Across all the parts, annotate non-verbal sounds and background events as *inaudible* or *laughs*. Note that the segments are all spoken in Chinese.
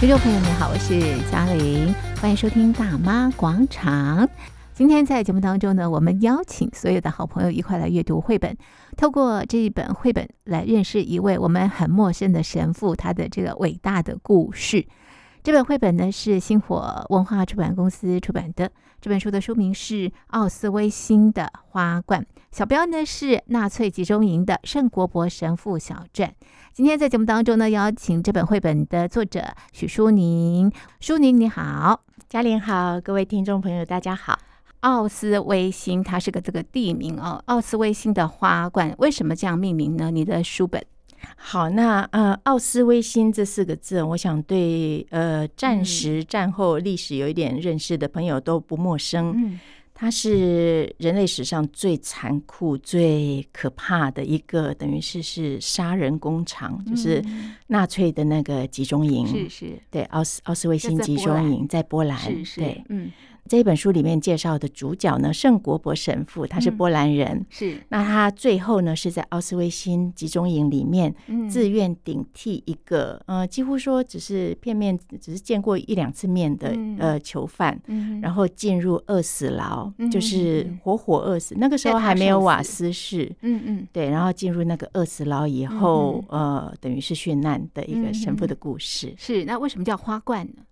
听众朋友们好，我是嘉玲，欢迎收听《大妈广场》。今天在节目当中呢，我们邀请所有的好朋友一块来阅读绘本，透过这一本绘本来认识一位我们很陌生的神父，他的这个伟大的故事。这本绘本呢是星火文化出版公司出版的，这本书的书名是《奥斯威辛的花冠》，小标呢是纳粹集中营的圣国伯神父小传。今天在节目当中呢，邀请这本绘本的作者许淑宁，淑宁你好。嘉玲好，各位听众朋友，大家好。奥斯威辛，它是个这个地名哦。奥斯威辛的花冠为什么这样命名呢？你的书本好，那呃，奥斯威辛这四个字，我想对呃战时、战后历史有一点认识的朋友都不陌生。嗯，它是人类史上最残酷、最可怕的一个，等于是是杀人工厂，就是纳粹的那个集中嗯营。是是对，奥斯奥斯威辛这在集波中兰营在波兰。是是对，，嗯这本书里面介绍的主角呢，圣国伯神父，他是嗯波兰人。是，那他最后呢是在奥斯威辛集中营里面嗯自愿顶替一个、呃，几乎说只是片面，只是见过一两次面的、嗯呃囚犯，嗯然后进入饿死牢，嗯就是活活饿死。那个时候在塔还没有受瓦死斯室，嗯嗯对，然后进入那个饿死牢以后，呃，等于是殉难的一嗯个神父嗯的故事。是。那为什么叫花冠呢？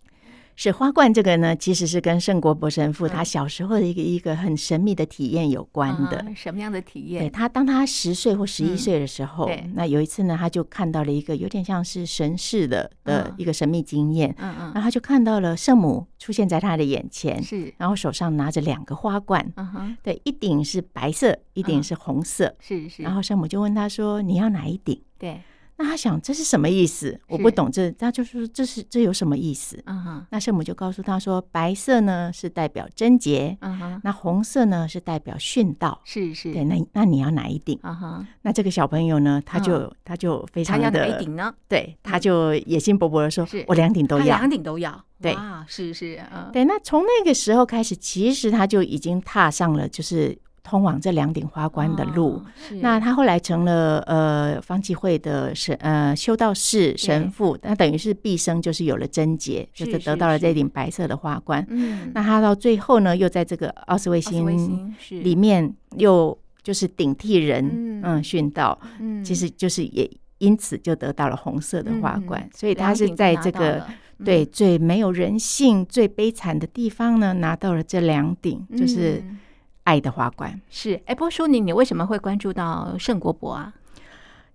水花冠这个呢，其实是跟圣国伯神父嗯他小时候的一个一个很神秘的体验有关的。啊什么样的体对验？他，当他十岁或十一嗯岁的时候，对那有一次呢，他就看到了一个有点像是神视的的嗯一个神秘经验，嗯然后他就看到了圣母出现在他的眼前嗯，，是，然后手上拿着两个花冠，嗯哼，对，一顶是白色，一顶嗯是红色，是是，然后圣母就问他说：“你要哪一顶对，？”那他想这是什么意思？我不是懂这，他就说这是这有什么意思？嗯哼那圣母就告诉他说，白色呢是代表贞洁，嗯哼，那红色呢是代表殉道。是是，对，那那你要哪一顶？啊哈，那这个小朋友呢，他就、他就非嗯他常要的哪一顶呢？对，他就野心勃勃的说是，我两顶都他要两。顶都要，对哇，是是，嗯，对，那从那个时候开始，其实他就已经踏上了就是通往这两顶花冠的路。哦，是那他后来成了呃方济会的神呃修道士神父，那等于是毕生就是有了贞洁，就是是得是到了这是顶白色的花冠。嗯，那他到最后呢，又在这个奥斯维奥斯维辛辛是里面又就是顶替人嗯嗯殉道，嗯其实就是也因此就得到了红色的花嗯冠嗯，所以他是在这个。对对，最没有人性、最悲惨的地方呢，拿到了这两顶嗯就是爱的花冠。是。哎，波叔，你你为什么会关注到圣国博啊？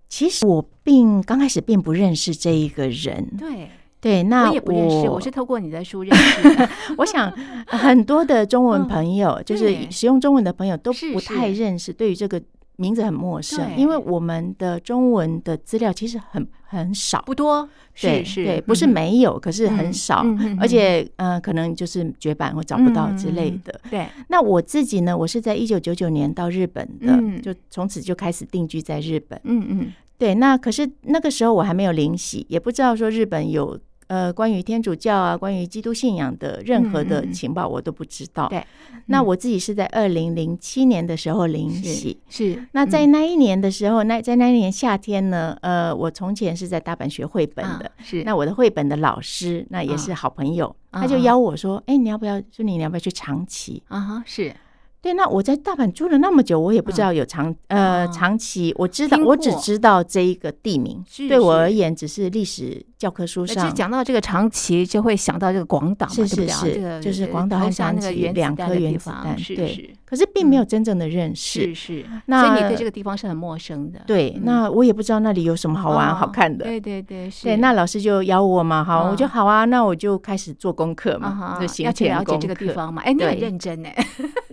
其实我并刚开始并不认识这一个人，对，对，那我也不认识，我我是透过你的书认识的。我想很多的中文朋友， *laughs* 就是对使用中文的朋友都是不太是认识，对于这个名字很陌生，对因为我们的中文的资料其实很很少，不 *laughs* 多，对是是，对，不是嗯没有，可是很少。嗯嗯嗯而且，呃，可能就是绝版或找不到之类的。嗯对，那我自己呢，我是在一九九九年到日本的，嗯就从此就开始定居在日本。嗯嗯，对，那可是那个时候我还没有灵洗，也不知道说日本有呃关于天主教啊、关于基督信仰的任何嗯的嗯嗯情报，我都不知道。对那嗯我自己是在二零零七年的时候灵是洗。是。那在嗯那一年的时候，那在那一年夏天呢，呃，我从前是在大阪学绘本的啊，是那我的绘本的老师，那也嗯是好朋友，他就啊哈邀我说：“哎、你要不要？说你要不要去长崎？”啊哈是对，那我在大阪住了那么久，我也不知道有长、呃哦长崎，我知道嗯听我只过知道这一个地名，是对我是而言只是历史教科书那上就。讲到这个长崎，就会想到这个广岛嘛，是对不是对啊是这个就是呃广岛和投下长那个崎原子两弹颗的原地子方弹是对是可是并没有真正的认识，嗯是是，所以那你对这个地方是很陌生的。对，嗯那我也不知道那里有什么好玩、好哦看的。对对对，是对，那老师就邀我嘛，好，我就嗯好啊，那我就开始做功课嘛，啊哈，就行要去前了解功这个地课，方嘛。哎，你很对认 *laughs* 真哎，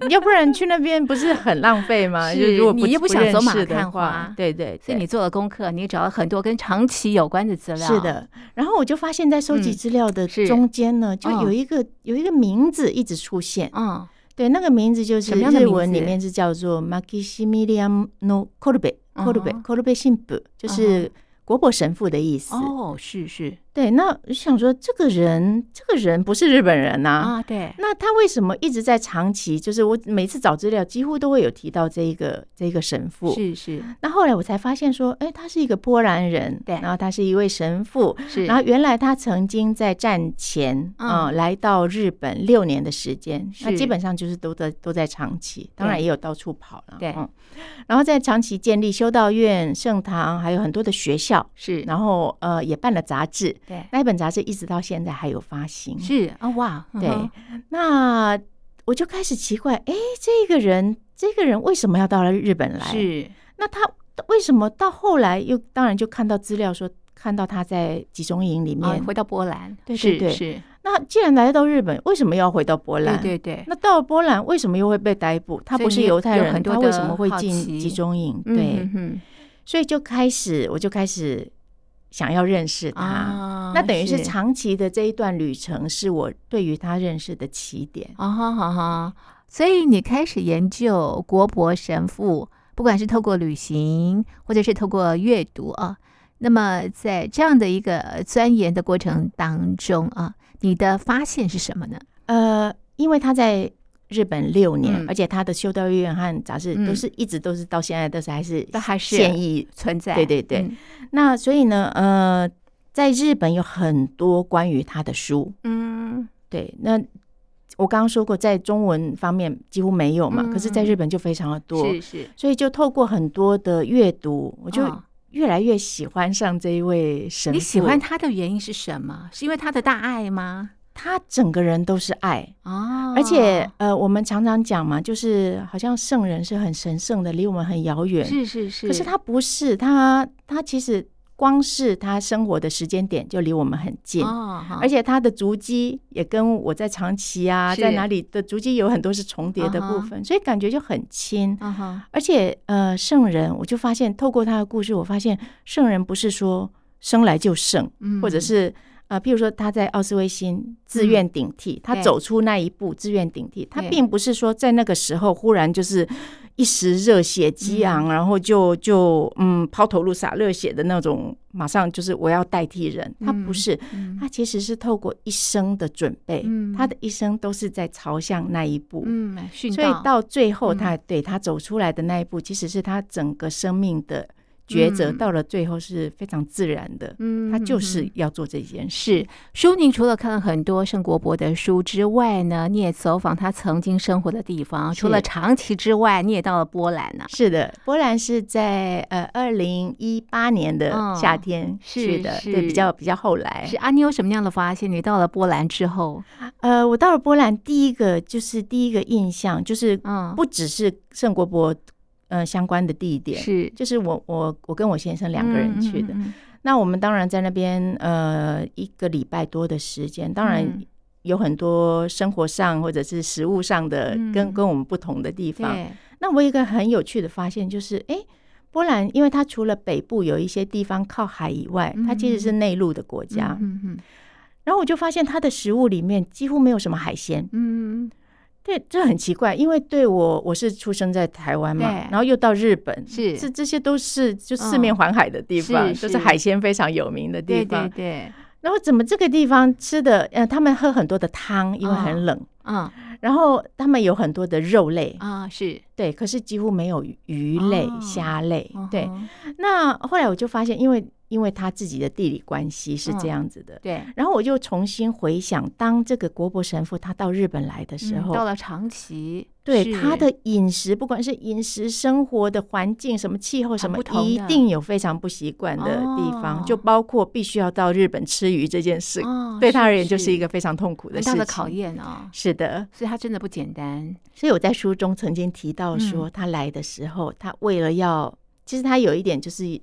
要不然去那边不是很浪费吗？就是如果你又不不想认走马识的看话花对对，所以对你做了功课，你找了很多跟长崎有关的资料。是，的，然后我就发现，在收集嗯资料的是中间呢，就哦有一个、有一个名字一直出现。嗯，对，那个名字就是什么样的日文名字里面是叫做 Makishimiliam no 哦 Korbe Korbe 嗯哼哦 Korbe Shinbu，就是国博神父的意思。哦，是是，对，那我想说，这个人，这个人不是日本人呐、啊，对，那他为什么一直在长期？就是我每次找资料，几乎都会有提到这一个这一个神父。是是那后来我才发现说，哎，他是一个波兰人，对然后他是一位神父，是，然后原来他曾经在战前嗯啊、呃来到日本六年的时间，那是基本上就是都在都在长崎，当然也有到处跑了。对嗯，然后在长崎建立修道院、圣堂，还有很多的学校，是然后呃也办了杂志，对那一本杂志一直到现在还有发行。是啊，哇，嗯对哼，那我就开始奇怪，哎，这个人，这个人为什么要到了日本来？是那他为什么到后来又当然就看到资料说看到他在集中营里啊面，，回到波兰，对是对对是，那既然来到日本，为什么要回到波对兰？对对，那到了波兰为什么又会被逮捕？他所以不是你犹太有人，很多他的为什么会好进奇集中营？嗯对，哼哼所以就开始我就开始想要认识他。啊，那等于是长期的这一段旅程，是我对于他认识的起点。啊哈哈哈！所以你开始研究国博神父，不管是透过旅行，或者是透过阅读啊。那么在这样的一个钻研的过程当中啊，你的发现是什么呢？呃，因为他在日本六年，嗯而且他的修道院和杂志都嗯是一直都是到现在都是还是都还是现役。存在，对对对嗯那所以呢，呃，在日本有很多关于他的书。嗯，对，那我刚刚说过，在中文方面几乎没有嘛，嗯可是在日本就非常的多。是是，所以就透过很多的阅读，我我就越来越喜欢上这一位神啊父。你喜欢他的原因是什么？是因为他的大爱吗？他整个人都是爱，哦，而且呃，我们常常讲嘛，就是好像圣人是很神圣的，离我们很遥远。是是是，可是他不是，他他其实光是他生活的时间点就离我们很近。哦，哈而且他的足迹也跟我在长崎啊，是在哪里的足迹有很多是重叠的啊哈部分所以感觉就很亲。嗯哼，而且呃，圣人，我就发现透过他的故事，我发现圣人不是说生来就圣，嗯或者是呃，譬如说他在奥斯威辛自愿顶替，嗯他对走出那一步自愿顶替，他对并不是说在那个时候忽然就是一时热血激昂，嗯然后就就嗯抛头颅洒热血的那种，马上就是我要代替人，他不嗯是，嗯他其实是透过一生的准备，嗯他的一生都是在朝向那一步，嗯，训所以导到最后嗯他，对他走出来的那一步，其实是他整个生命的抉择，嗯到了最后是非常自然的。嗯，他就嗯是要做这件事。是舒宁除了看了很多圣国博的书之外呢，你也走访他曾经生活的地方，除是了长崎之外，你也到了波兰呢、是的，波兰是在呃二零一八年的嗯夏天是去的，是对，比较比较后来。是啊，你有什么样的发现？你到了波兰之后，呃，我到了波兰，第一个就是第一个印象就是，嗯，不只是圣国博呃相关的地点，是就是我我我跟我先生两个人去的。嗯嗯嗯那我们当然在那边呃一个礼拜多的时间，当然嗯有很多生活上或者是食物上的嗯跟跟我们不同的地嗯方。对那我有一个很有趣的发现就是，哎、波兰因为它除了北部有一些地方靠海以外，它其实是内陆的国家。嗯嗯然后我就发现它的食物里面几乎没有什么海鲜，嗯，对，这很奇怪，因为对我我是出生在台湾嘛对，然后又到日本，是这这些都是就四嗯面环海的地方，是就是是海鲜非常有名的地对方对。对，然后怎么这个地方吃的，呃，他们喝很多的汤，因为很冷，嗯然后他们有很多的肉类，啊是对，可是几乎没有鱼类、哦虾类，对嗯。哼那后来我就发现，因为因为他自己的地理关系是嗯这样子的，对，然后我就重新回想，当这个国博神父他到日本来的时嗯候，到了长崎，对是他的饮食，不管是饮食、生活的环境、什么气候、什么不同，的一定有非常不习惯的地方，哦就包括必须要到日本吃鱼这件事，哦对他而言就是一个非常痛苦的很事大情。的考验啊、是的，所以他真的不简单，所以我在书中曾经提嗯到说，他来的时候，他为了要，其实他有一点就是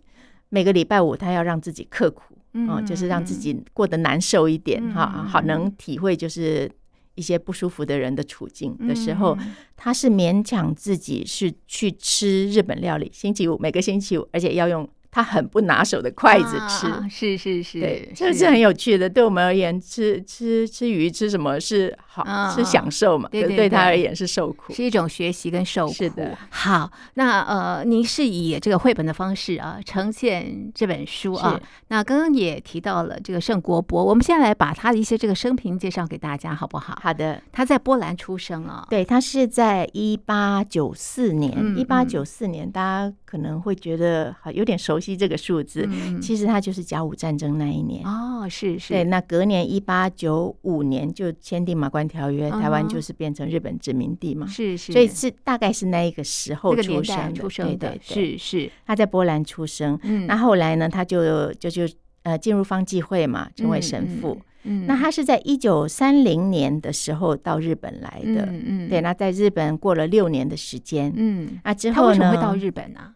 每个礼拜五他要让自己刻苦，嗯哦，就是让自己过得难受一点嗯哈，嗯好能体会就是一些不舒服的人的处境的时候，嗯他是勉强自己是去吃日本料理，星期五每个星期五，而且要用他很不拿手的筷子吃。啊是是是，对，这是很有趣的。对我们而言，吃吃吃鱼吃什么是好、啊是享受嘛？对可对是对他对而言是受苦。是一种学习跟受苦。啊是的，好，那呃，您是以这个绘本的方式啊，呈现这本书啊是。那刚刚也提到了这个圣国博，我们现在来把他的一些这个生平介绍给大家，好不好？好的，他在波兰出生啊，对他是在一八九四嗯年，一八九四年，大家可能会觉得好有点熟悉这个数字，嗯其实他就是甲午战争那一年。哦，是是，对，那隔年一八九五年就签订《马关条约》，台嗯湾哼就是变成日本殖民地嘛，是是，所以是大概是那一个时候那个出年生代的，出生对的对，对是是，他在波兰出生，嗯那后来呢，他就就就呃进入方济会嘛，成为神父。，嗯嗯，那他是在一九三零年的时候到日本来嗯的，嗯，对，，那在日本过了六年的时间。嗯，那之他后为什呢？么会到日本呢？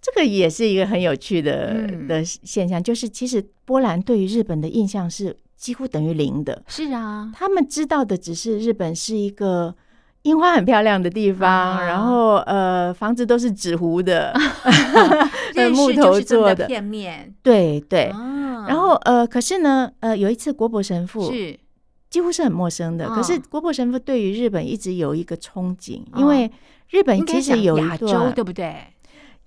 这个也是一个很有趣的、嗯的现象，就是其实波兰对于日本的印象是几乎等于零的，是啊，他们知道的只是日本是一个樱花很漂亮的地方，啊然后呃房子都是纸 *laughs* 糊的，呃认木识就头是这么做的的，片面，对对。啊然后呃，可是呢，呃，有一次国博神父是几乎是很陌生的，嗯可是国博神父对于日本一直有一个憧憬，嗯因为日本应该哎其讲实有亚一洲段对不对？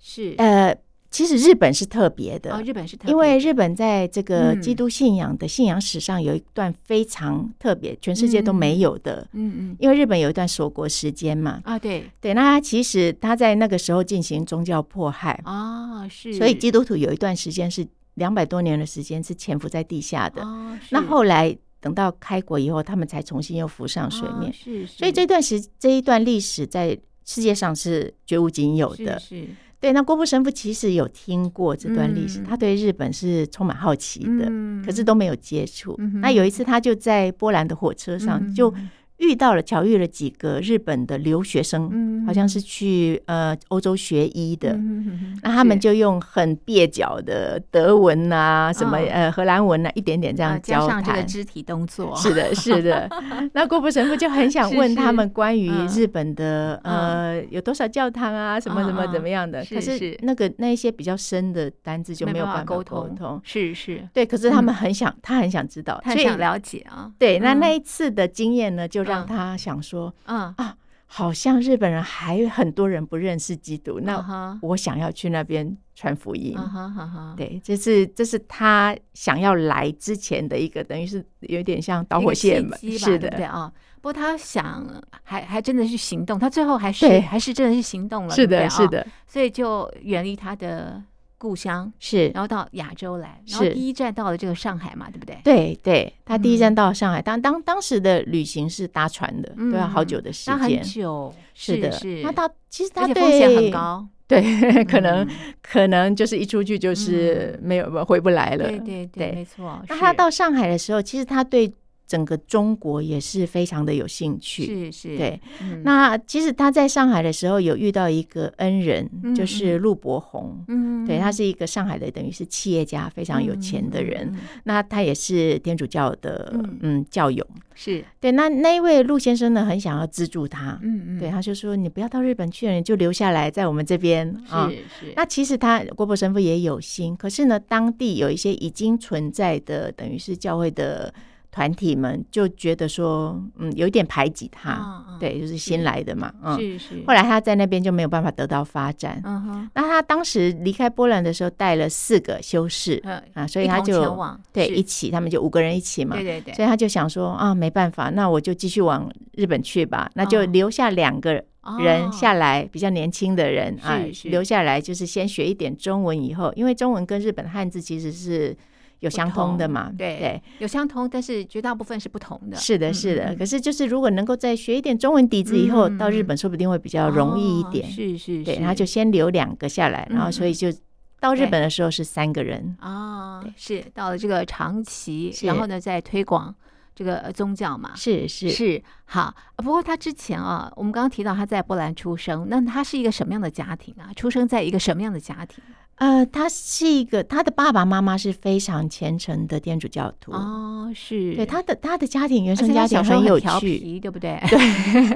是，呃，其实日本是特别的，哦，日本是特别因为日本在这个嗯基督信仰的信仰史上有一段非常特别，全世界都没有的。嗯嗯因为日本有一段锁国时间嘛，啊对对，那他其实他在那个时候进行宗教迫害，啊是，所以基督徒有一段时间是两百多年的时间是潜伏在地下的。哦是那后来等到开国以后，他们才重新又浮上水啊面。是，所以是这段时这一段历史在世界上是绝无仅有是的。是对，那郭布神父其实有听过这段历史，嗯他对日本是充满好奇的，嗯可是都没有接触。嗯哼那有一次，他就在波兰的火车上、嗯就遇到了、巧遇了几个日本的留学生，嗯好像是去呃欧洲学医的。嗯哼哼那他们是就用很蹩脚的德文啊，什么、嗯呃荷兰文啊，一点点这啊样加交上这个谈。肢体动作是的，是的。 *laughs* 那郭伯神父就很想是问是他们关于嗯日本的呃有多少教堂啊，什么什么嗯嗯怎么样的。是可是是那个那一些比较深的单字就没有办办法法沟通通。是是，对，可是他们嗯很想，他很想知道，他所以想了解啊，对，那嗯那一次的经验呢，就让嗯他想说，嗯好像日本人还有很多人不认识基督，啊那哈我想要去那边传福音啊。哈哈哈，对，这是这是他想要来之前的一个，等于是有点像导一啊火个契线嘛，机吧是对不的对，啊？不过他想还还真的是行动，他最后还是对还是真的是行动了，对是不对的，是啊，的，所以就远离他的故乡，是，然后到亚洲来，然后是第一站到了这个上海嘛，对不对？对对，他第一嗯站到上海，当当当时的旅行是搭船的，都要好嗯久的时那很间，久，是的，是，那到其实而且他风险很对高，对， *laughs* 可能嗯可能就是一出去就是没有回不来了，对对对，呃对没错。那是他到上海的时候，其实他对整个中国也是非常的有兴是趣。是，对，嗯，那其实他在上海的时候有遇到一个恩人，嗯就是嗯陆伯宏。嗯，对他是一个上海的，等于是企业家，非常有钱的人。嗯，嗯嗯嗯那他也是天主教的，嗯嗯教友。是，对，那那一位陆先生呢，很想要资助他，嗯嗯，对，他就说你不要到日本去了，你就留下来在我们这边啊。嗯是是，那其实他国博神父也有心，可是呢，当地有一些已经存在的，等于是教会的团体们就觉得说，嗯，有一点排挤他，啊，对，就是是新来的嘛，啊嗯。是是，后来他在那边就没有办法得到发展。嗯哼，那他当时离开波兰的时候，带了四个修士嗯，啊，所以一他同前就往对是一起，他们就五个人一起嘛对，对对，所以他就想说啊，没办法，那我就继续往日本去吧，那就哦留下两个人哦下来，比较年轻的人啊是是，留下来就是先学一点中文，以后因为中文跟日本汉字其实是有不相通的同嘛，对，有相同，但是绝大部分是不同的，是嗯的，是嗯的。嗯可是就是如果能够再学一点中文底子以后，嗯嗯到日嗯本说不定会比较容易一哦点。是是，对，是然后就先留两个下来，然嗯后所以就到日对本的时候是三个人。啊对，是到了这个长崎，然是后呢再推广这个呃宗教嘛，是是，是好，呃不过他之前啊，我们刚刚提到他在波兰出生，那他是一个什么样的家庭啊？出生在一个什么样的家庭？呃，他是一个他的爸爸妈妈是非常虔诚的天主教徒。哦，是对他的他的家庭原而且生他家小庭时候有调趣，皮，对不对？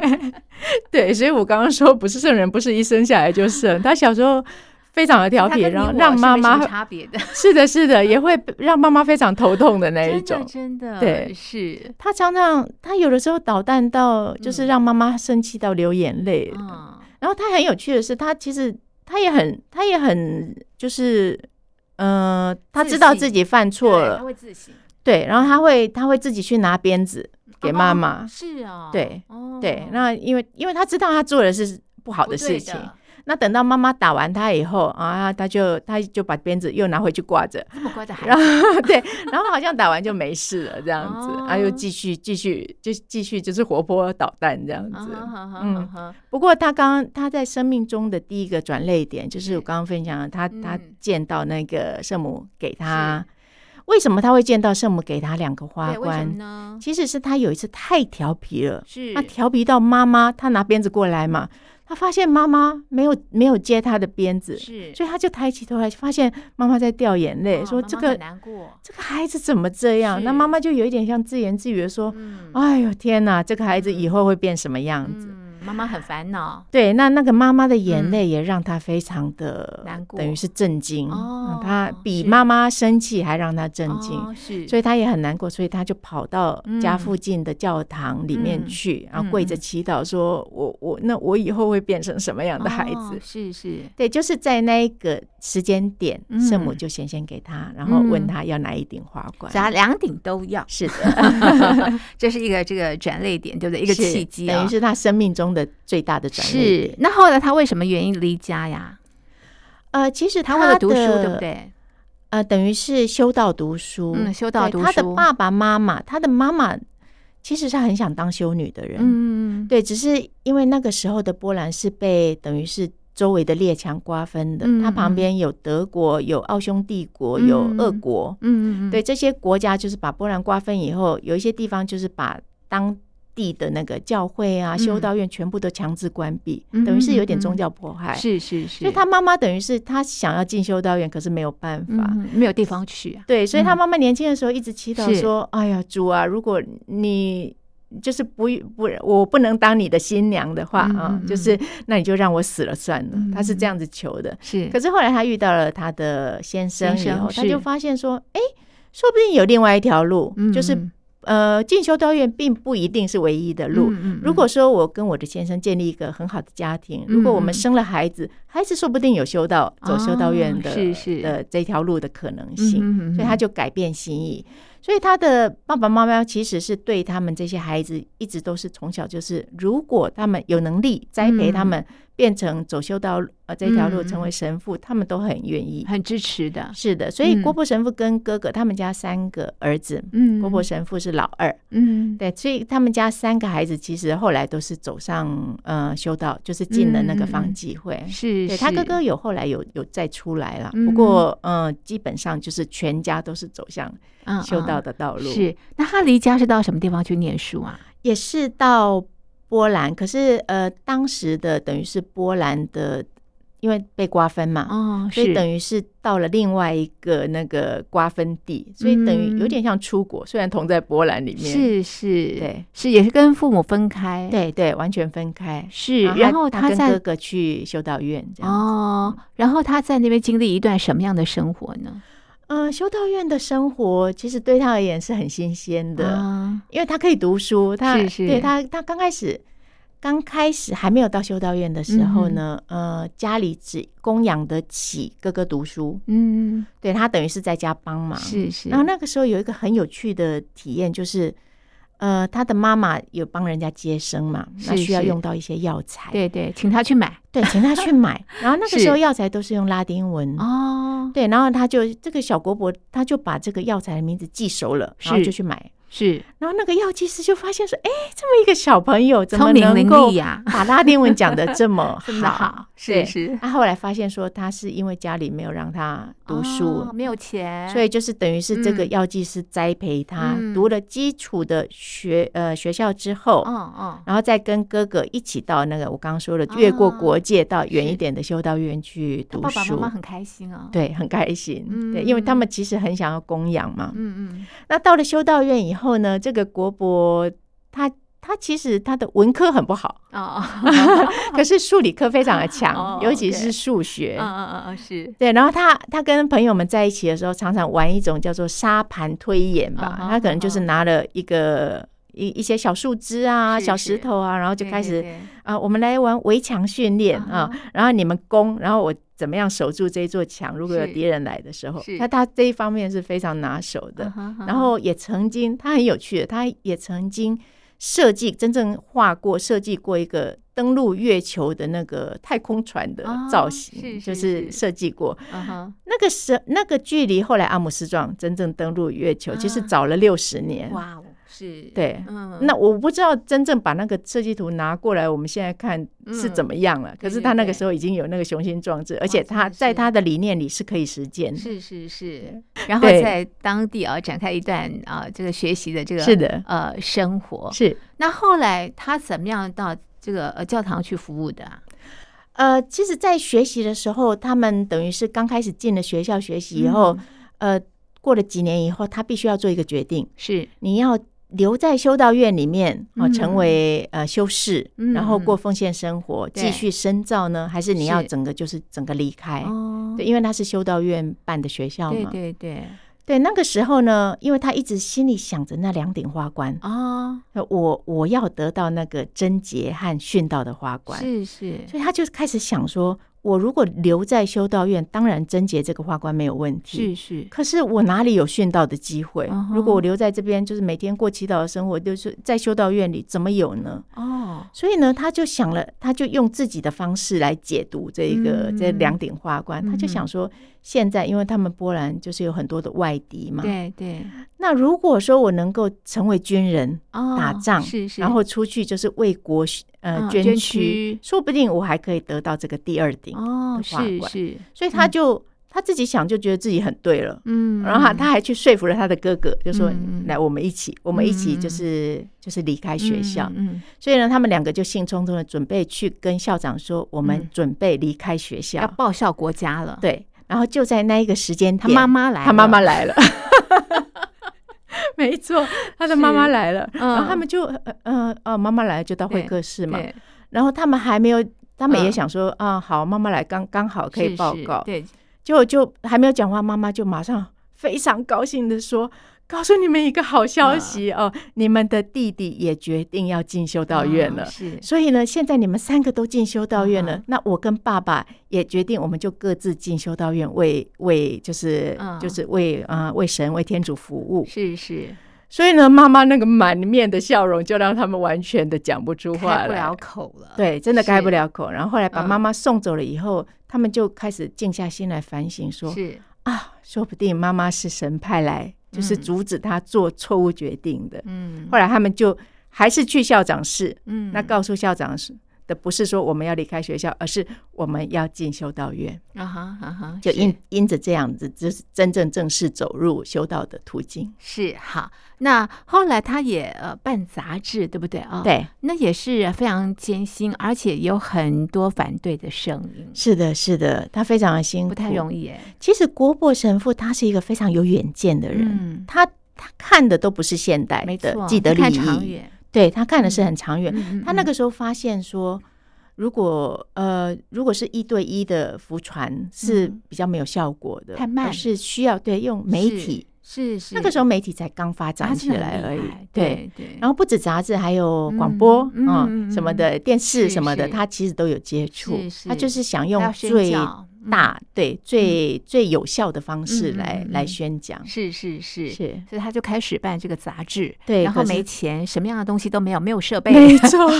*laughs* 对，所以我刚刚说不是圣人，不是一生下来就圣，他小时候非常的 *laughs* 调他皮，跟然后你我让是妈没什么妈差别的，是的，是的，也会让妈妈非常头痛嗯的那真一的种。真的对是，他常常，他有的时候捣蛋到，就嗯是让妈妈生气到流眼泪。嗯然后他很有趣的是，他其实他也很，他也很，就是，呃，他自知道信自己犯错对他了，会自省对，然后他会，他会自己去拿鞭子给妈哦妈。是哦，对哦，对，那因为因为他知道他做的是不好不的对事情，的那等到妈妈打完他以后啊，他就他就把鞭子又拿回去挂 *laughs* 着，这么乖的孩然子，后对，然后好像打完就没事了这样子，啊又哦继续继续就继续就是活泼捣蛋这样嗯子。哼哼哼嗯哼哼不过他刚刚他在生命中的第一个转泪点，就是我刚刚分享的，他他嗯见到那个圣母给他，为什么他会见到圣母给他两个花对，为什么冠？ *laughs* 呢？其实是他有一次太调皮了，是他调皮到妈妈，他拿鞭子过来嘛，他发现妈妈没有没有接他的鞭子，是，所以他就抬起头来，发现妈妈在掉眼泪，哦说妈这妈个很难过，这个孩子怎么这样？是那妈妈就有一点像自言自语的说：“嗯哎呦天哪，这个孩子以后会变什么样子？”嗯，妈妈很烦恼，对，那那个妈妈的眼泪也让他非常的、难过等于是震惊。哦他比是妈妈生气还让他震惊。哦是，所以以他也很难过，所以他就跑到家嗯附近的教堂里面嗯去，然后嗯跪着嗯祈祷说：“我我那我以后会变成什么样的孩子？”哦是是，对，就是在那一个时间点，圣母嗯就显现给他，然后问嗯他要哪一顶花冠。只要两顶都要，是的，这是一个这个转泪点，对 *laughs* 不对？一一个契机等啊于，是他生命中的最大的转捩是点。。那后来他为什么原因离家呀？呃，其实他为了的读书，对不？对？呃，等于是修道读书，嗯修道对读他的书爸爸妈妈，他的妈妈其实是很想当修女的人，嗯，对，只是因为那个时候的波兰是被等于是周围的列强瓜分的，嗯它旁嗯边有德国、有奥匈帝国、有俄嗯国，嗯嗯嗯，对这些国家就是把波兰瓜分以后，有一些地方就是把当地的那个教会啊、修嗯道院全部都强制关闭，嗯等于是有点宗嗯嗯教迫害。是是是，所以他妈妈等于是他想要进修道院，可是没有办法。嗯没有地方去啊，对，所以他嗯妈妈年轻的时候一直祈祷是说：“哎呀，主啊，如果你就是不不，我不能当你的新娘的话嗯啊嗯，嗯就是那你就让我死了算了。嗯他是这样子求的。是可是后来他遇到了他的先生以先后，生他是就发现说：“哎，说不定有另外一条路，就是嗯呃，进修道院并不一定是唯一的路。”嗯嗯如果说我跟我的先生建立一个很好的家庭，如果我们嗯嗯生了孩子，孩子说不定有修道走修道院哦的、是是的这条路的可能性。嗯嗯嗯嗯所以他就改变心意。所以他的爸爸妈妈其实是对他们这些孩子一直都是从小就是，如果他们有能力栽培他们，变成走修道呃这条路，嗯嗯嗯成为神父，他们都很愿意。嗯很支持的，是的，所以嗯郭伯神父跟哥哥他们家三个儿子，嗯郭伯神父是老二，嗯对，所以他们家三个孩子其实后来都是走上呃修道，就是进了那个嗯嗯方嗯济会。是，对他是哥哥有后来有有再出来了，嗯不过呃，基本上就是全家都是走向嗯修道嗯的道路，是，那他离家是到什么地方去念书啊？也是到波兰。可是呃，当时的等于是波兰的，因为被瓜分嘛，哦，所以是等于是到了另外一个那个瓜分地，所以等于有点像出国，虽然同在波兰里嗯面，是是，对，是也是跟父母分开，，对对，完全分开。是，然后他跟哥在。哥去修道院这样子。哦，然后他在那边经历一段什么样的生活呢？嗯、修道院的生活其实对他而言是很新鲜的，啊因为他可以读书，他是是对他他刚开始刚开始还没有到修道院的时候呢，嗯呃，家里只供养得起哥哥读书，嗯，对他等于是在家帮忙。是是，啊然后那个时候有一个很有趣的体验，就是呃，他的妈妈有帮人家接生嘛，那是需要是用到一些药材，对对，请他去买对，请他 *laughs* 去买。然后那个时候是药材都是用拉丁文哦，对，然后他就这个小国伯，他就把这个药材的名字记熟了，然后是就去买。是然后那个药剂师就发现说：“哎，这么一个小朋友怎么聪明能伶够俐呀，把拉丁文讲得这么真的好好， *laughs* 是对是？”，他后来发现说，他是因为家里没有让他读书哦，没有钱，所以就是等于是这个嗯药剂师栽培他、嗯读了基础的学呃学校之后。嗯嗯，然后再跟哥哥一起到那个我刚刚说的，越过国界到远一是点的修道院去他读爸爸书。妈妈很开心啊，，对，很开心，对，嗯因为他们其实很想要供养嘛。 *laughs* 嗯嗯，那到了修道院以后呢，这个国博他他其实他的文科很不好， *laughs* 哦，可是数理科非常的 *laughs* 哦强，尤其 OK 是数学。嗯嗯嗯嗯，是，对，然后他他跟朋友们在一起的时候，常常玩一种叫做沙盘推演吧。嗯哼他可能就是嗯哼拿了一个一一些小树枝啊、是小是石头啊，然后就对开对始对啊，我们来玩围墙训练啊，然后你们攻，然后我怎么样守住这一座墙？如果有是敌人来的时候是，他他这一方面是非常拿手嗯的。然后也曾经，他很有趣的，他也曾经设计真正画过、设计过一个登陆月球的那个太空船的哦造型，是就是是是设计过。嗯哼那个时那个距离后来阿姆斯壮真正登陆月球，其实啊早了六十年。哇哦，是，嗯对嗯那我不知道真正把那个设计图拿过来，我们现在看是怎么样了。对可是对他那个嗯对时候已经有那个雄心壮志，而且真的他在是他的理念里是可以实践的。是是是，然后对在当地啊展开一段啊这个学习的这个是的，呃生活。是那后来他怎么样到这个呃教堂去服务的啊？呃，其实，在学习的时候，他们等于是刚开始进了学校学习以后，嗯呃，过了几年以后，他必须要做一个决定，是你要留在修道院里面哦、嗯成为呃修士，嗯然后过奉献生活，对继续深造呢，还是你要是整个就是整个离开？哦，对，因为他是修道院办的学校对嘛。对对，对那个时候呢，因为他一直心里想着那两顶花冠，哦，呃我我要得到那个贞洁和殉道的花冠，是是，所以他就开始想说，我如果留在修道院，当然贞洁这个花冠没有问是题。是，可是我哪里有殉道的机会嗯哼如果我留在这边，就是每天过祈祷的生活，就是在修道院里，怎么有呢？哦，所以呢，他就想了，他就用自己的方式来解读这一个、嗯这两顶花冠。嗯他就想说，现在因为他们波兰就是有很多的外敌嘛，对对，那如果说我能够成为军人，哦，打仗是是，然后出去就是为国呃嗯捐捐躯躯，说不定我还可以得到这个第二顶。哦，花是冠是，所以他就、他自己想就觉得自己很对了，嗯，然后他他还去说服了他的哥哥，就说、嗯嗯来我们一起，我们一起嗯嗯就是、就是离开嗯学校。嗯，嗯所以呢，他们两个就兴冲冲的准备去跟校长说，我们嗯准备离开学校。要报效国家了。，哦对，然后就在那一个时间他点，妈妈来了，他妈妈来了。 *laughs* 没错，他的妈妈来了，嗯然后他们就呃呃哦，妈妈来了就到会客室嘛，对，然后他们还没有，他们也嗯想说啊、好，妈妈来刚刚好可以是报是告，对，结果就还没有讲话，妈妈就马上非常高兴的说：“告诉你们一个好消息啊哦，你们的弟弟也决定要进修道院啊了。是所以呢，现在你们三个都进修道院了。嗯哼那我跟爸爸也决定，我们就各自进修道院为为就是、嗯就是为啊、呃为神为天主服务。是是，所以呢，妈妈那个满面的笑容就让他们完全的讲不出话开来，不了口了。，对，真的是开不了口。然后后来把嗯妈妈送走了以后，他们就开始静下心来反省说，是啊，说不定妈妈是神派来，就是嗯阻止他做错误决定的。嗯后来他们就还是去校长室，嗯，那告诉校长室的不是说我们要离开学校，而是我们要进修道院，啊哈啊哈，就是因因着这样子，就是真正正式走入修道的途径。是好。那后来他也呃办杂志，对不对啊？，对，那也是非常艰辛，而且有很多反对的声音，是的，是的，他非常的辛苦，不太容易。易哎。其实国博神父他是一个非常有远见的人，嗯，他他看的都不是现代没的错，既得利看长益，远。对他看的是很长远。嗯嗯他那嗯个时候发现说，如果呃，如果是一对一的服传是嗯比较没有效果的，太慢而是需要对用媒体。是是啊那个时候候媒体才刚发展起来而已，对对。对。然后不止杂志，还有广嗯播嗯啊、嗯嗯什么的，电视是什么的，是他其实都有接触是。是他就是想他用要宣最教嗯大、对最最有效的方式嗯嗯来嗯来嗯宣讲。是是是是所以他就开始办这个杂志，对然后可是没钱，什么样的东西都没有，没有设备 *laughs* 没，错，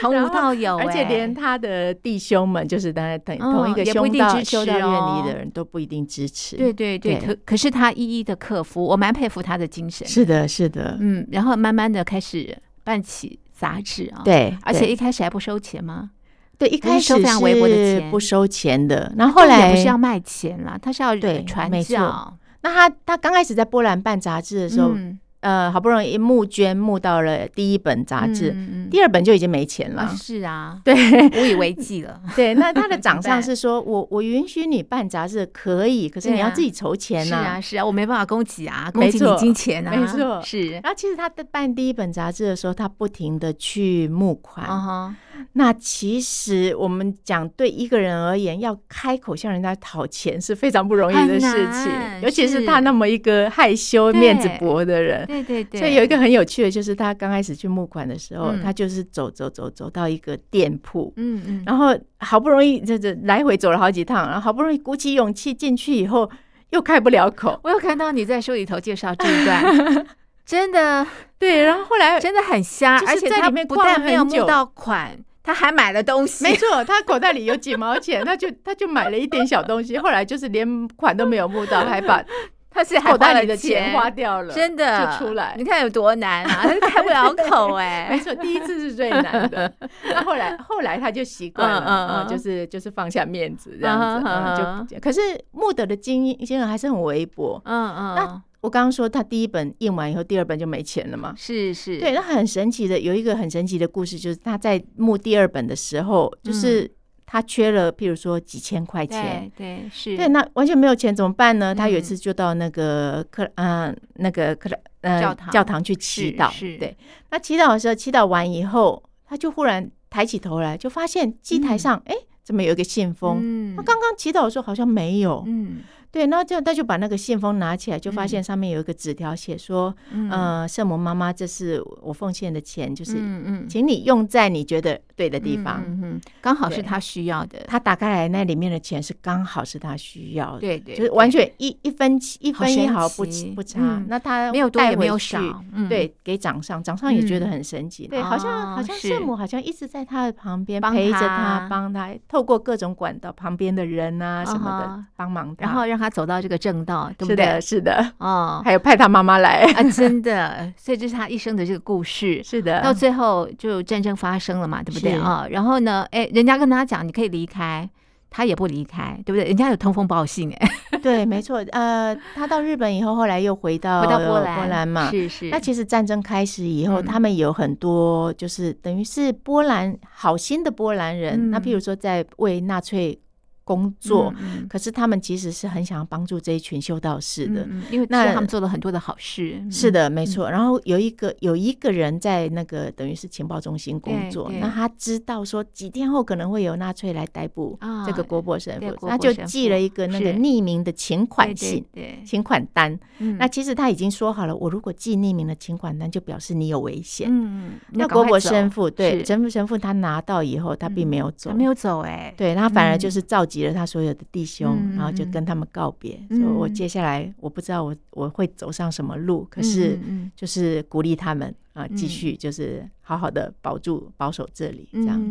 从然无后到有、而且哎连他的弟兄们，就是当然等嗯哦同一个也不一兄定道支持修道院里哦的人都不一定支持。对，对对，对可可是他一一的克服，我蛮佩服他的精神，是的，是的，嗯，然后慢慢的开始办起杂志啊，，对，而且对一开始还不收钱吗？对一不是开收始非常微薄的是钱不收钱的，然后后他也来不是要卖钱啦，他是要对传没错教，那他他刚开始在波兰办杂志的时候，嗯呃，好不容易募捐募到了第一本杂志，嗯嗯第二本就已经没钱了。啊是啊，对 *laughs* 无以为继了。对，那他的长怎么上办是说我我允许你办杂志可以，可是你对啊要自己筹钱是呐、啊，是啊，我没办法供给啊，供没给你错金钱啊，没错是然后其实他在办第一本杂志的时候，他不停的去募款。啊哈，那其实我们讲，对一个人而言，要开口向人家讨钱是非常不容易的事很难情，尤其是是他那么一个害羞、对面子薄的人。对对对，所以有一个很有趣的，就是他刚开始去募款的时候，嗯他就是走走走走到一个店铺，嗯嗯，然后好不容易这这来回走了好几趟，然后好不容易鼓起勇气进去以后，又开不了口。我有看到你在书里头介绍这一段， *laughs* 真的对，然后后 *laughs* 来真的很瞎，就是而且在他里面不逛但没有很募久到款，他还买了东西，没错，他口袋里有几毛钱，他就他就买了一点小东西，后来就是连款都没有募到，还把他 *laughs* 是还口花袋了里的钱花掉了。真的就出来你看有多难 *laughs* 啊，他开不了口没哎，错，第一次是最难的。 *laughs* 那后来后来他就习惯了，嗯嗯啊嗯就是就是放下面子这嗯样子。哼嗯嗯哼就可是穆德的经验经验还是很微薄。嗯嗯，我刚刚说他第一本印完以后，第二本就没钱了嘛。是是，对，那很神奇的，有一个很神奇的故事，就是他在募第二本的时候，嗯就是他缺了，譬如说几千块钱，对对是，对，那完全没有钱怎么办呢？他有一嗯次就到那个克嗯、呃、那个克呃教堂教堂去祈是祷是，嗯对。那祈祷的时候，祈祷完以后，他就忽然抬起头来，就发现祭台嗯上哎、诶怎么有一个信封？嗯他刚刚祈祷的时候好像没有，嗯对，那就他就把那个信封拿起来，就发嗯现上面有一个纸条写说，嗯呃，圣母妈妈，这是我奉献的钱，就是嗯嗯请你用在你觉得对的地嗯方。嗯嗯刚好是对他需要的，他打开来，那里面的钱是刚好是他需要的。对对，就是完对全一一分钱一好分一神毫不奇不差。嗯那他没有多带也没回有去少，，嗯，对，给掌上，掌上也觉得嗯很神奇。啊对，好像哦好像是圣母好像一直在他的旁边帮陪着他他，帮他，透过各种管道旁边的人啊什么啊哈的帮忙他。然后让他走到这个正道，对不是对的，？是的，哦，还有派他妈妈 *laughs* 来。啊，真的，所以这是他一生的这个故事。是的，到最后就战争发生了嘛，对不对是啊、然后呢，哎，人家跟他讲你可以离开，他也不离开，对不对？人家有通风报信，哎，对，没错。呃，他到日本以后，后来又回到 *laughs* 回到波兰，兰，哦波兰嘛。是是，那其实战争开始以后，嗯他们有很多就是等于是波兰好心的波兰人，嗯那譬如说在为纳粹工作，嗯可是他们其实是很想要帮助这一群修道士的。嗯嗯因为那那他们做了很多的好事，嗯是，的，没错。然后有一个有一个人在那个等于是情报中心工作对对，那他知道说几天后可能会有纳粹来逮捕啊这个郭伯神对父，郭他伯就神寄父了一个那个是匿名的请对款对信、对，请款单。嗯那其实他已经说好了，我如果寄匿名的请款单，就表示你有危险。嗯，嗯那国伯神，赶快父是对神父神父他拿到以后，他并没有走走，他没有走，哎，对他反而就是召集了他所有的弟兄，嗯嗯然后就跟他们告别，嗯说我接下来我不知道我我会走上什么路，可嗯，是嗯嗯就是鼓励他们啊，嗯继续就是好好的保住保守这里这嗯样。嗯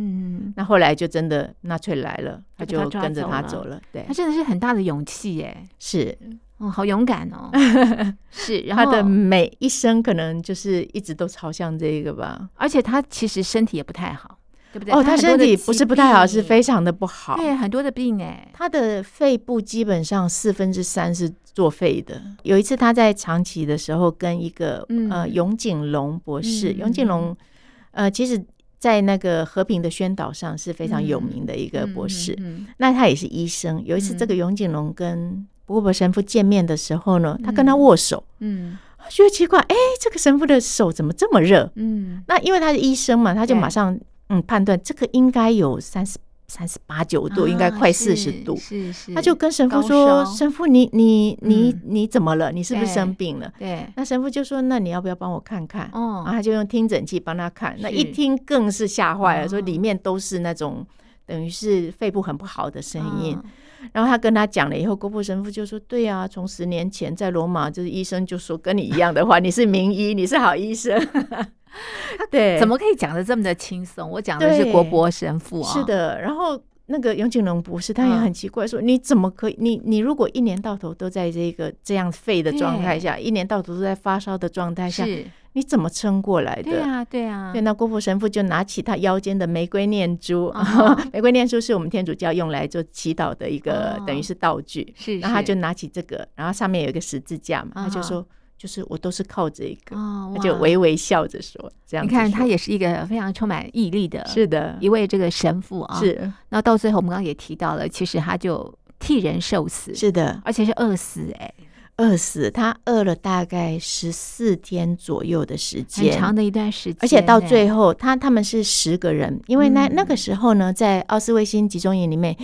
嗯那后来就真的纳粹来了，他就把就他抓跟着走他了走了，对他，真的是很大的勇气，哎，是哦，好勇敢 *laughs* 哦，是，然他后的每一生可能就是一直都朝向这个吧。而且他其实身体也不太好，对不对？哦，他他很多身的体不疾是不太好，是病非常的不好。对很多的病哎，他的肺部基本上四分之三是作废的。有一次他在长崎的时候，跟一个、嗯呃永井隆博士，嗯永井隆呃，其实在那个和平的宣导上是非常有名的一个博士。嗯那他也是医生。有一次嗯这个永井隆跟博伯神父见面的时候呢，他跟他嗯握手，嗯他觉得奇怪，哎，这个神父的手怎么这么热？嗯，那因为他是医生嘛，他就对马上嗯判断这个应该有三十三十八九度，应该快四十度。啊是是，他就跟神嗯父高说：“烧神父，你你你、嗯你怎么了？你是不是对生病了对？”，那神父就说：“那你要不要帮我看看？”哦然后他就用听诊器帮他看。那是一听更是吓坏哦了，说里面都是那种等于是肺部很不好的声音。嗯然后他跟他讲了以后，国父神父就说：“对呀、啊，从十年前在罗马，就是医生就说跟你一样的话，你是名医，你是好 *laughs* 医生。”对，怎么可以讲的这么的轻松？我讲的是国对博神父啊，是，的，然后那个永井隆博士他也嗯很奇怪，说你怎么可以？你你如果一年到头都在这个这样废的状态下，一年到头都在发烧的状态下，是，你怎么撑过来对的？啊对啊对，，那郭佛神父就拿起他腰间的玫瑰念珠哦， *laughs* 玫瑰念珠是我们天主教用来做祈祷的一个哦，啊等于是道具。是，然后他是就拿起这个，然后上面有一个十字架嘛，他就啊哈说：“就是我都是靠这个，哦，他就哇微微笑着说，这样你子看，说他也是一个非常充满毅力的，是的，一位这个神父啊。，是那到最后，我们刚刚也提到了，其实他就替人受死，是的，而且是饿死、哎，饿死，他饿了大概十四天左右的时很间，长的一段时间、而且到哎最后，他他们是十个人，因为那、嗯那个时候呢，在奥斯卫辛集中营里面，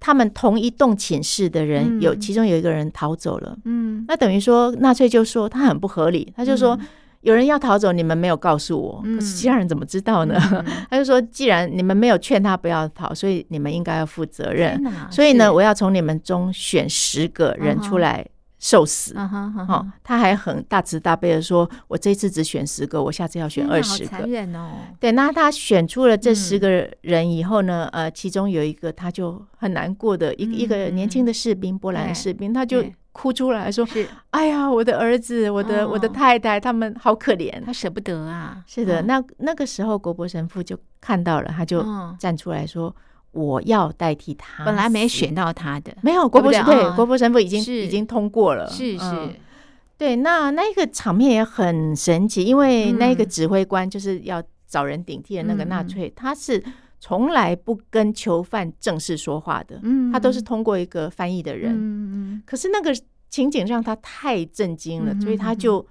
他们同一栋寝室的人、嗯有，其中有一个人逃走了。嗯，那等于说，纳粹就说他很不合理，他就说、有人要逃走，你们没有告诉我，嗯可是其他人怎么知道呢？ *laughs* 他就说，既然你们没有劝他不要逃，所以你们应该要负责任。所以呢，我要从你们中选十个人嗯哼出来受死。啊哈哈，哦，他还很大慈大悲的说：“我这次只选十个，我下次要选天哪二好十残个。忍哦”，对，那他选出了这嗯十个人以后呢，呃，其中有一个他就很难过的一个、嗯一个年轻的士兵，波兰对的士兵，他就对哭出来说是：“哎呀，我的儿子，我的、我的哦太太，他们好可怜。他舍不得啊”，嗯是的，嗯那那个时候国博神父就看到了，他就嗯站出来说：“我要代替他。”本来没，选到他的，没有国博对神不对对啊国博神父已经是已经通过了，是嗯是，对，那那个场面也很神奇，因为那个嗯指挥官就是要找人顶替的那个纳嗯嗯粹，他是从来不跟囚犯正式说话的，嗯他都是通过一个翻译的人。嗯嗯可是那个情景让他太震惊了，嗯哼所以他嗯哼就。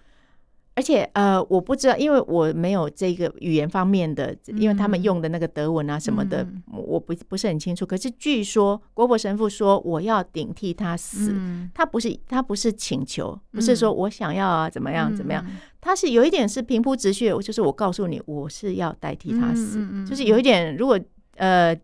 而且呃，我不知道，因为我没有这个语言方面的，因为他们嗯用的那个德文啊什么的，嗯我不不是很清楚。可是据说国博神父说我要顶替他死，嗯他不是他不是请求，不是说我想要啊怎么样怎么样，嗯他是有一点是平铺直叙，就是我告诉你我是要代替他嗯死，嗯嗯就是有一点如果呃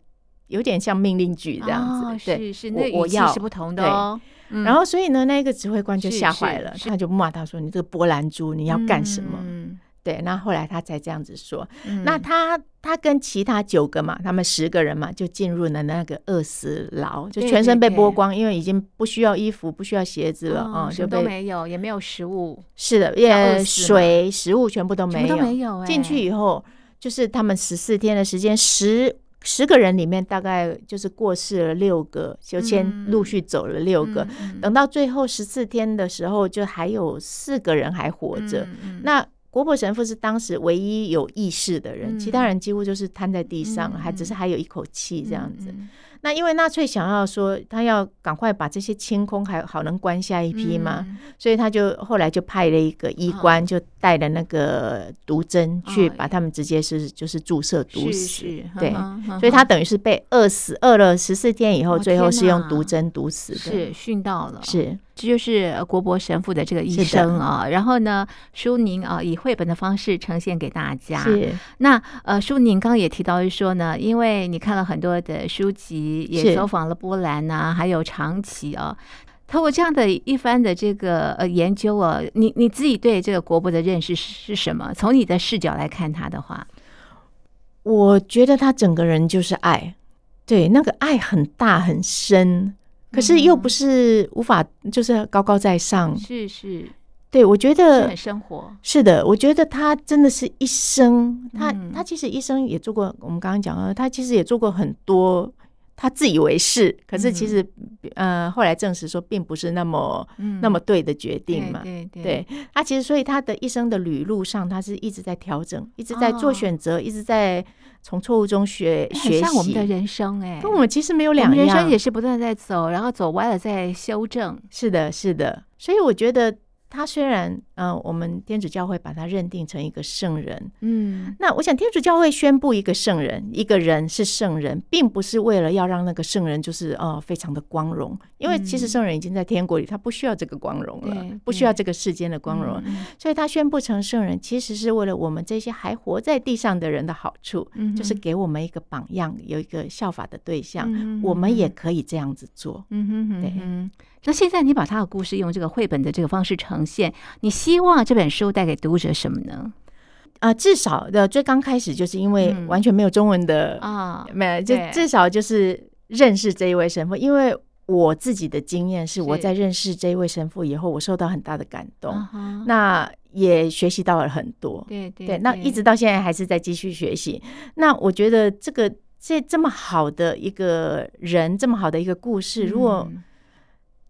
有点像命令句这样子，哦对。是是，我那我语气要是不同的哦。嗯然后，所以呢，那个指挥官就是吓坏了，是是他就骂他说：“你这个波兰猪，你要干什么？”嗯对，那后来他才这样子说。嗯那他他跟其他九个嘛，他们十个人嘛，就进入了那个饿死牢，就对全身对被对剥光，因为已经不需要衣服，不需要鞋子了啊、哦嗯什就么都被没有，也没有食物，是的，饿也死嘛水、食物全部都什没么有。都没有哎。进去以后，就是他们十四天的时间，十十个人里面大概就是过世了六个，就先嗯陆续走了六个。嗯等到最后十四天的时候，就还有四个人还活着。，嗯嗯那国破神父是当时唯一有意识的嗯人，其他人几乎就是瘫在地上，嗯还只是还有一口气这样子。嗯那因为纳粹想要说他要赶快把这些清空，还好能关下一嗯批嘛，嗯所以他就后来就派了一个医官，就带了那个毒针去哦把他们直接是就是注射毒是死。是对嗯哼所以嗯哼他等于是被饿死，饿了十四天以后，哦最后是天用哪毒针毒死的。是哦训到了，是这就是呃国博神父的这个是医的生啊。然后呢，舒宁啊以绘本的方式呈现给大家。是那呃，舒宁刚刚也提到是说呢，因为你看了很多的书籍，也是走访了波兰呐、还有长崎啊。透过这样的一番的这个呃研究啊，你你自己对这个国博的认识是是什么？从你的视角来看他的话，我觉得他整个人就是爱，对，那个爱很大很深，可是又嗯不是无法就是高高在上。是是对，我觉是得很生活，是的，我觉得他真的是一生，他、嗯他其实一生也做过，我们刚刚讲了，他其实也做过很多，他自以为是，可是其实、呃后来证实说并不是那么、嗯那么对的决定对嘛。对对对他其实，所以他的一生的旅路上，他是一直在调整，一直在做哦选择，一直在从错误中学哎学习。很像我们的人生哎、跟我们其实没有我两们样，人生也是不断地在走，然后走歪了再修正。是的，是的。所以我觉得他虽然，呃，我们天主教会把他认定成一个圣人，嗯，那我想天主教会宣布一个圣人，一个人是圣人，并不是为了要让那个圣人就是呃非常的光荣，因为其实嗯圣人已经在天国里，他不需要这个光荣对了，不需要对这个世间的光荣，嗯，所以他宣布成圣人，其实是为了我们这些还活在地上的人的好处，嗯就是哼给我们一个榜样，有一个效法的对象，嗯我们也嗯可以这样子做。嗯哼哼对哼。那现在你把他的故事用这个绘本的这个方式呈现，你希望这本书带给读者什么呢？啊，至少的最刚开始就是因为嗯完全没有中文的，啊，没有就对至少就是认识这一位神父，因为我自己的经验是，我是在认识这一位神父以后，我受到很大的感动，啊哈那也学习到了很多。对对对，那一直到现在还是在继续学习。那我觉得这个这这么好的一个人，这么好的一个故事，如果嗯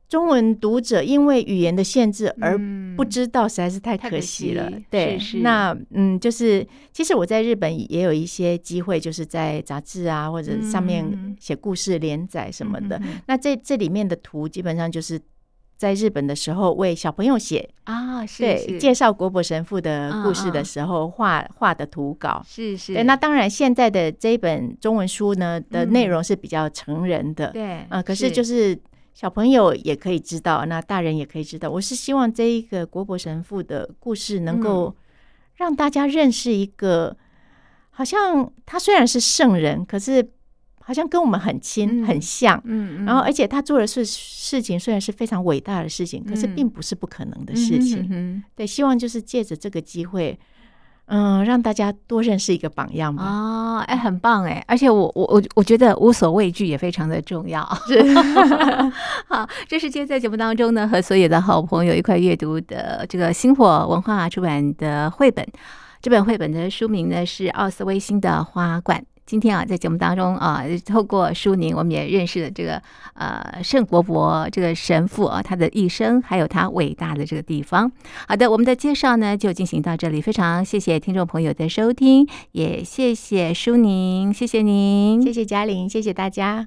中文读者因为语言的限制而嗯不知道，实在是太太可可惜了。惜对，是是那嗯，就是其实我在日本也有一些机会，就是在杂志啊或者嗯上面写故事、连载什么的。嗯嗯嗯那这这里面的图基本上就是在日本的时候为小朋友写，啊，是对，是介绍国博神父的故事嗯嗯的时候画画的图稿。是是，对，那当然现在的这一本中文书呢的嗯内容是比较成人的，对呃，可是就是小朋友也可以知道，那大人也可以知道。我是希望这一个国博神父的故事能嗯够让大家认识一个，好像他虽然是圣人，可是好像跟我们很亲、嗯很像。嗯，嗯然后，而且他做的事事情虽然是非常伟大的事情，可是嗯并不是不可能的事情。嗯哼对，希望就是借着这个机会，嗯、让大家多认识一个榜样嗯哼吧。哦，哎，很棒哎！而且我我我我觉得无所畏惧也非常的重要。 *laughs* 好，这是今天在节目当中呢，和所有的好朋友一块阅读的这个星火文化出版的绘本。这本绘本的书名呢是《奥斯威辛的花冠》。今天啊，在节目当中啊，透过舒宁，我们也认识了这个呃圣伯伯这个神父啊，他的一生，还有他伟大的这个地方。好的，我们的介绍呢就进行到这里，非常谢谢听众朋友的收听，也谢谢舒宁，谢谢您，谢谢嘉玲，谢谢大家。